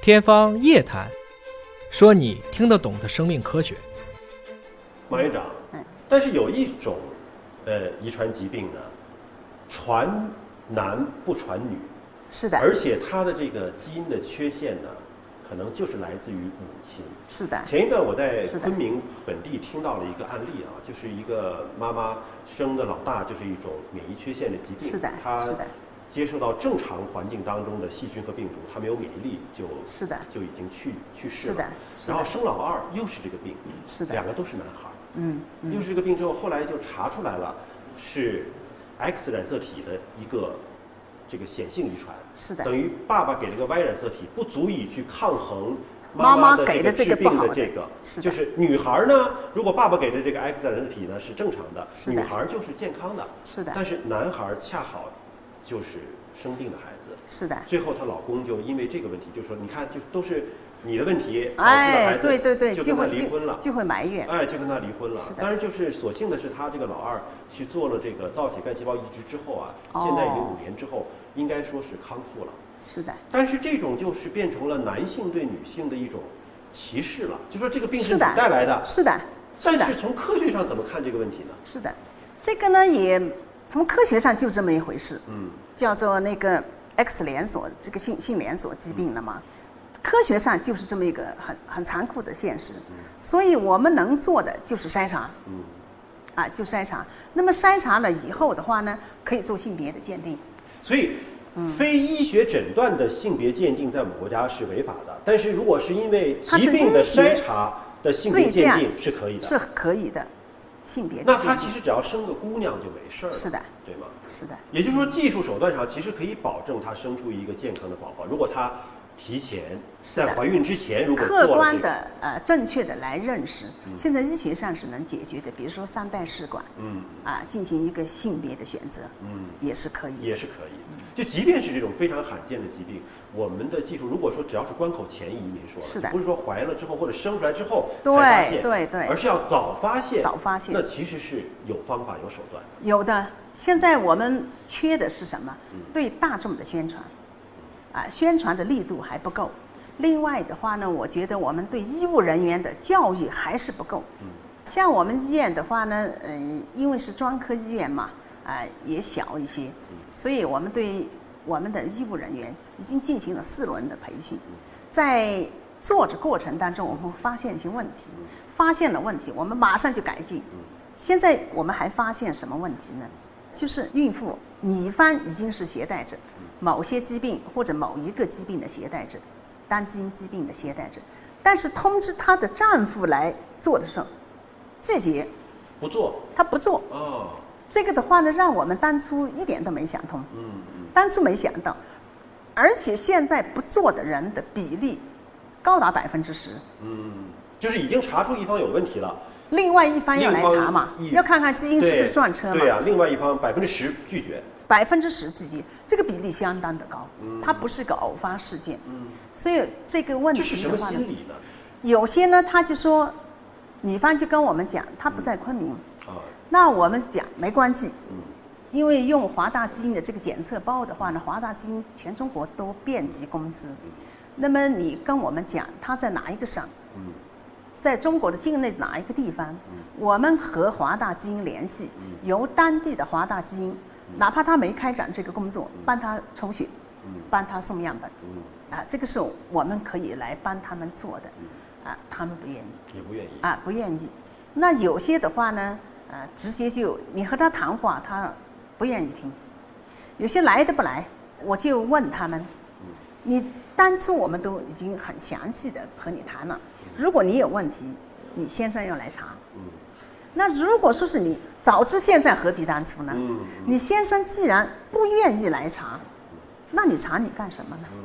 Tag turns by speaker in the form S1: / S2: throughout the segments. S1: 天方夜谭，说你听得懂的生命科学。
S2: 王院长，
S3: 嗯
S2: 但是有一种，呃，遗传疾病呢，传男不传女，
S3: 是
S2: 而
S3: 的，
S2: 且它的这个基因的缺陷呢，可能就是来自于母亲。
S3: 是的，
S2: 前一段我在
S3: 是的
S2: 昆明本地听到了一个案例啊，就是一个妈妈生的老大就是一种免疫缺陷的疾病，
S3: 是的，
S2: 她
S3: 是的，
S2: 接受到正常环境当中的细菌和病毒，她没有免疫力就是
S3: 的，
S2: 就已经去去世
S3: 是
S2: 了。
S3: 的，是
S2: 然后
S3: 的，
S2: 生老二又是这个病，
S3: 是的
S2: 两个都是男孩儿。
S3: 嗯
S2: 又
S3: 嗯，
S2: 是这个病之后，后来就查出来了是 X 染色体的一个这个显性遗传，
S3: 是的，
S2: 等于爸爸给了个 Y 染色体，不足以去抗衡
S3: 妈妈
S2: 妈的
S3: 给
S2: 这个
S3: 的
S2: 治
S3: 这个不
S2: 病
S3: 好
S2: 的
S3: 的
S2: 这个。
S3: 是
S2: 就
S3: 的，
S2: 是女孩儿呢，如果爸爸给的这个 X 染色体呢是正常的，
S3: 是
S2: 女
S3: 的
S2: 孩儿就是健康的，
S3: 是的，
S2: 但是男孩儿恰好就是生病的孩子。
S3: 是的，
S2: 最后她老公就因为这个问题就说：“你看，就都是你的问题导致了
S3: 哎
S2: 孩，子，
S3: 对对对，
S2: 就跟
S3: 就
S2: 他
S3: 会
S2: 离婚了。”
S3: 就就会埋怨，
S2: 哎，就跟他离婚了
S3: 是。的
S2: 当然，就是所幸的是，他这个老二去做了这个造血干细胞移植之后啊，
S3: 哦
S2: 现在已经五年之后，应该说是康复了。
S3: 是的，
S2: 但是这种就是变成了男性对女性的一种歧视了，就说这个病
S3: 是
S2: 你
S3: 的
S2: 带来的。
S3: 是的，是
S2: 但
S3: 的
S2: 是，从科学上怎么看这个问题呢？
S3: 是的，这个呢也从科学上就这么一回事，
S2: 嗯，
S3: 叫做那个 X 连锁这个性性连锁疾病了嘛。
S2: 嗯
S3: 科学上就是这么一个很很残酷的现实，所以我们能做的就是筛查，
S2: 嗯，
S3: 啊，就筛查。那么筛查了以后的话呢，可以做性别的鉴定，
S2: 所以。
S3: 嗯
S2: 非医学诊断的性别鉴定在我们国家是违法的，但是如果是因为
S3: 它是
S2: 疾病的
S3: 医学
S2: 筛查的性别
S3: 对这样
S2: 鉴定是可以的，
S3: 是可以的。性别
S2: 那
S3: 的
S2: 他
S3: 鉴
S2: 其
S3: 定
S2: 实只要生个姑娘就没事儿了，
S3: 是的，
S2: 对吗？
S3: 是的，
S2: 也就是说，技术手段上其实可以保证她生出一个健康的宝宝。如果她提前
S3: 是的
S2: 在怀孕之前，如果做
S3: 客
S2: 了这
S3: 观
S2: 个，
S3: 的呃正确的来认识，现在医学上是能解决的，比如说三代试管
S2: 嗯
S3: 啊，进行一个性别的选择
S2: 嗯，
S3: 也是可以。
S2: 也是可以。就即便是这种非常罕见的疾病，我们的技术如果说只要是关口前移，您说了，
S3: 是的
S2: 不是说怀了之后或者生出来之后才发
S3: 对
S2: 现，
S3: 对对
S2: 而，是要早发现，
S3: 早发现
S2: 那其实是有方法有手段的。
S3: 有的。现在我们缺的是什么？对大众的宣传，啊，宣传的力度还不够。另外的话呢，我觉得我们对医务人员的教育还是不够。
S2: 嗯
S3: 像我们医院的话呢，嗯、因为是专科医院嘛，啊、也小一些，所以我们对我们的医务人员已经进行了四轮的培训，在做着过程当中，我们会发现一些问题，发现了问题，我们马上就改进。现在我们还发现什么问题呢？就是孕妇女方已经是携带者，某些疾病或者某一个疾病的携带者，单基因疾病的携带者，但是通知她的丈夫来做的时候，拒绝，
S2: 不做
S3: 她不做。
S2: 哦，
S3: 这个的话呢，让我们当初一点都没想通，
S2: 嗯嗯，
S3: 当初没想到，而且现在不做的人的比例高达百分之十。
S2: 嗯，就是已经查出一方有问题了，
S3: 另外一方要来查嘛
S2: 另一方一，
S3: 要看看基因是不
S2: 对
S3: 是撞车嘛
S2: 对。呀、啊另外一方百分之十拒绝，
S3: 百分之十自己，这个比例相当的高，它不是个偶发事件，
S2: 嗯。
S3: 所以这个问
S2: 这是
S3: 题
S2: 什
S3: 的
S2: 么
S3: 话
S2: 心
S3: 呢，
S2: 理呢？
S3: 有些呢他就说，女方就跟我们讲，她不在昆明，
S2: 啊，
S3: 那我们讲没关系，
S2: 嗯
S3: 因为用华大基因的这个检测包的话呢，华大基因全中国都遍及公司，那么你跟我们讲他在哪一个省，
S2: 嗯
S3: 在中国的境内哪一个地方，我们和华大基因联系，由当地的华大基因，哪怕他没开展这个工作，帮他抽血，帮他送样本，
S2: 嗯，
S3: 啊，这个是我们可以来帮他们做的，啊，他们不愿意，
S2: 也不愿意。
S3: 啊，不愿意。那有些的话呢，呃，直接就你和他谈话，他不愿意听。有些来的不来，我就问他们，
S2: 嗯
S3: 你当初我们都已经很详细的和你谈了，如果你有问题，你先生要来查。
S2: 嗯
S3: 那如果说是你早知现在何必当初呢？
S2: 嗯
S3: 你先生既然不愿意来查，那你查你干什么呢？
S2: 嗯，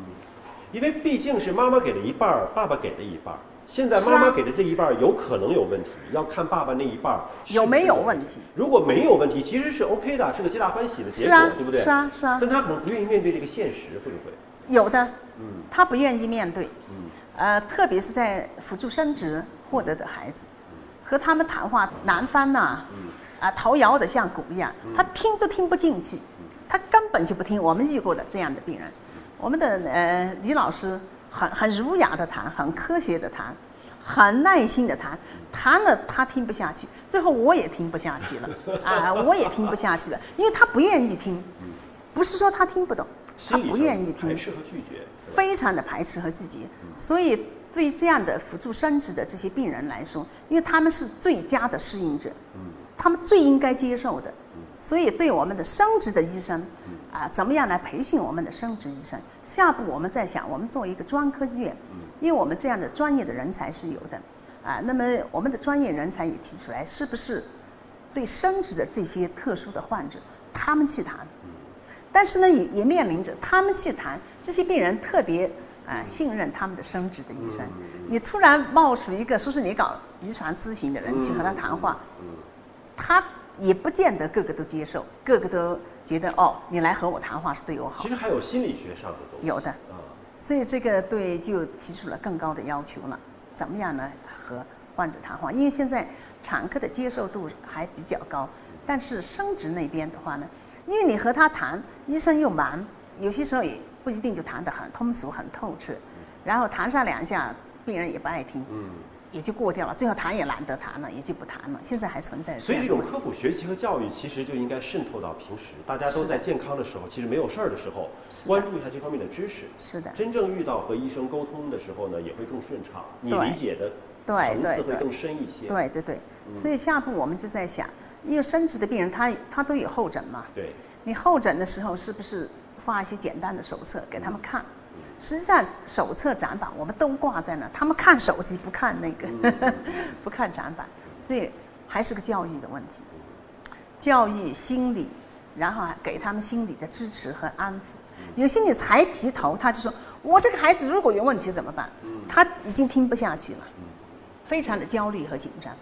S2: 因为毕竟是妈妈给了一半儿，爸爸给了一半儿。现在
S3: 是
S2: 妈
S3: 啊
S2: 妈给的这一半儿有可能有问题，要看爸爸那一半儿是不是
S3: 有没有
S2: 问
S3: 问题。
S2: 如果没有问题，其实是 OK 的，是个皆大欢喜的结
S3: 是
S2: 果，
S3: 啊
S2: 对不，对？
S3: 是啊，是啊，
S2: 但他可能不愿意面对这个现实，会不会？
S3: 有的
S2: 嗯
S3: 他不愿意面对。
S2: 嗯
S3: 呃，特别是在辅助生殖获得的孩子，和他们谈话，男方呐、啊，
S2: 嗯
S3: 头摇得像鼓一样，他听都听不进去，
S2: 嗯
S3: 他根本就不听。我们遇过的这样的病人，我们的呃李老师很很儒雅的谈，很科学的谈，很耐心的谈，谈了他听不下去，最后我也听不下去了 啊，我也听不下去了，因为他不愿意听，不是说他听不懂，他
S2: 嗯心理
S3: 不
S2: 上
S3: 愿意听
S2: 排，斥和拒绝，对吧
S3: 非常的排斥和拒绝，所以对这样的辅助生殖的这些病人来说，因为他们是最佳的适应者，他们最应该接受的，所以对我们的生殖的医生，啊，怎么样来培训我们的生殖医生？下步我们在想，我们作为一个专科医院，因为我们这样的专业的人才是有的，啊，那么我们的专业人才也提出来，是不是对生殖的这些特殊的患者，他们去谈？但是呢，也也面临着他们去谈这些病人特别啊、呃信任他们的生殖的医生。你突然冒出一个说是你搞遗传咨询的人去和他谈话，他也不见得个个都接受，个个都觉得哦，你来和我谈话是对我好
S2: 其。实还有心理学上的东西，
S3: 有的
S2: 啊，
S3: 所以这个对就提出了更高的要求了，怎么样呢？和患者谈话，因为现在产科的接受度还比较高，但是生殖那边的话呢，因为你和他谈，医生又忙，有些时候也不一定就谈得很通俗、很透彻，然后谈上两下，病人也不爱听，
S2: 嗯，
S3: 也就过掉了，最后谈也懒得谈了，也就不谈了。现在还存在
S2: 所以这
S3: 样
S2: 种
S3: 的问题
S2: 科普学习和教育其实就应该渗透到平时，大家都
S3: 是的
S2: 在健康的时候，其实没有事儿的时候，
S3: 是的
S2: 关注一下这方面的知识。
S3: 是的，
S2: 真正遇到和医生沟通的时候呢，也会更顺畅，你
S3: 对
S2: 理解的
S3: 对
S2: 层
S3: 对
S2: 次会
S3: 对
S2: 更深一些。
S3: 对对对，所以下步我们就在想，因为生殖的病人他他都有后诊嘛，
S2: 对，
S3: 你候诊的时候是不是发一些简单的手册给他们看？实际上，手册展板我们都挂在那儿，他们看手机不看那个， 不看展板，所以还是个教育的问题，教育心理，然后还给他们心理的支持和安抚。有些你才提头，他就说：“我这个孩子如果有问题怎么办？”他已经听不下去了，非常的焦虑和紧张，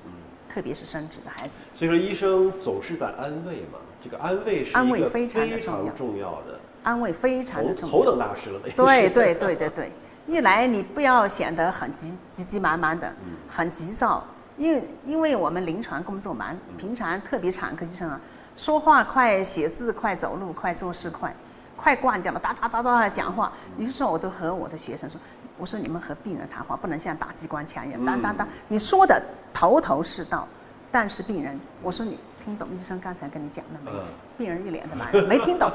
S3: 特别是生殖的孩子。
S2: 所以说医生总是在安慰嘛，这个安慰是
S3: 安
S2: 一
S3: 慰
S2: 个
S3: 非
S2: 非
S3: 常地重要
S2: 常重要的，
S3: 安慰非常的
S2: 头
S3: 重要，
S2: 头等大事了。那
S3: 对
S2: 是
S3: 对对对对，一来你不要显得很急急急忙忙的，很急躁，因为因为我们临床工作忙，平常特别产科医生啊，说话快，写字快，走路快，做事快，快惯掉了，哒哒哒哒地讲话。有些时候我都和我的学生说，我说你们和病人谈话不能像打机关枪一样，哒哒哒，你说的头头是道，但是病人，我说你听懂医生刚才跟你讲了没有
S2: 嗯？
S3: 病人一脸的茫然，没听懂。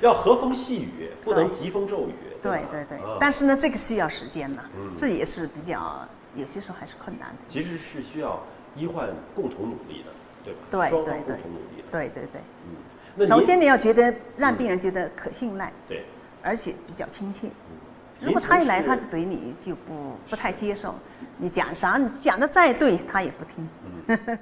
S2: 要和风细雨，不能
S3: 对
S2: 疾风骤雨。
S3: 对
S2: 吧嗯
S3: 对对
S2: 啊，
S3: 但是呢，这个需要时间呐，这也是比较有些时候还是困难的。
S2: 其实是需要医患共同努力的，对吧？
S3: 对
S2: 双方
S3: 对
S2: 共
S3: 对
S2: 同努力的。
S3: 对对
S2: 嗯，那
S3: 对，首
S2: 您
S3: 先你要觉得让病人觉得可信赖，
S2: 对，
S3: 而且比较亲切。
S2: 您
S3: 如果他一来，
S2: 从事
S3: 他就对你就不不太接受，你讲啥，你讲的再对，他也不听。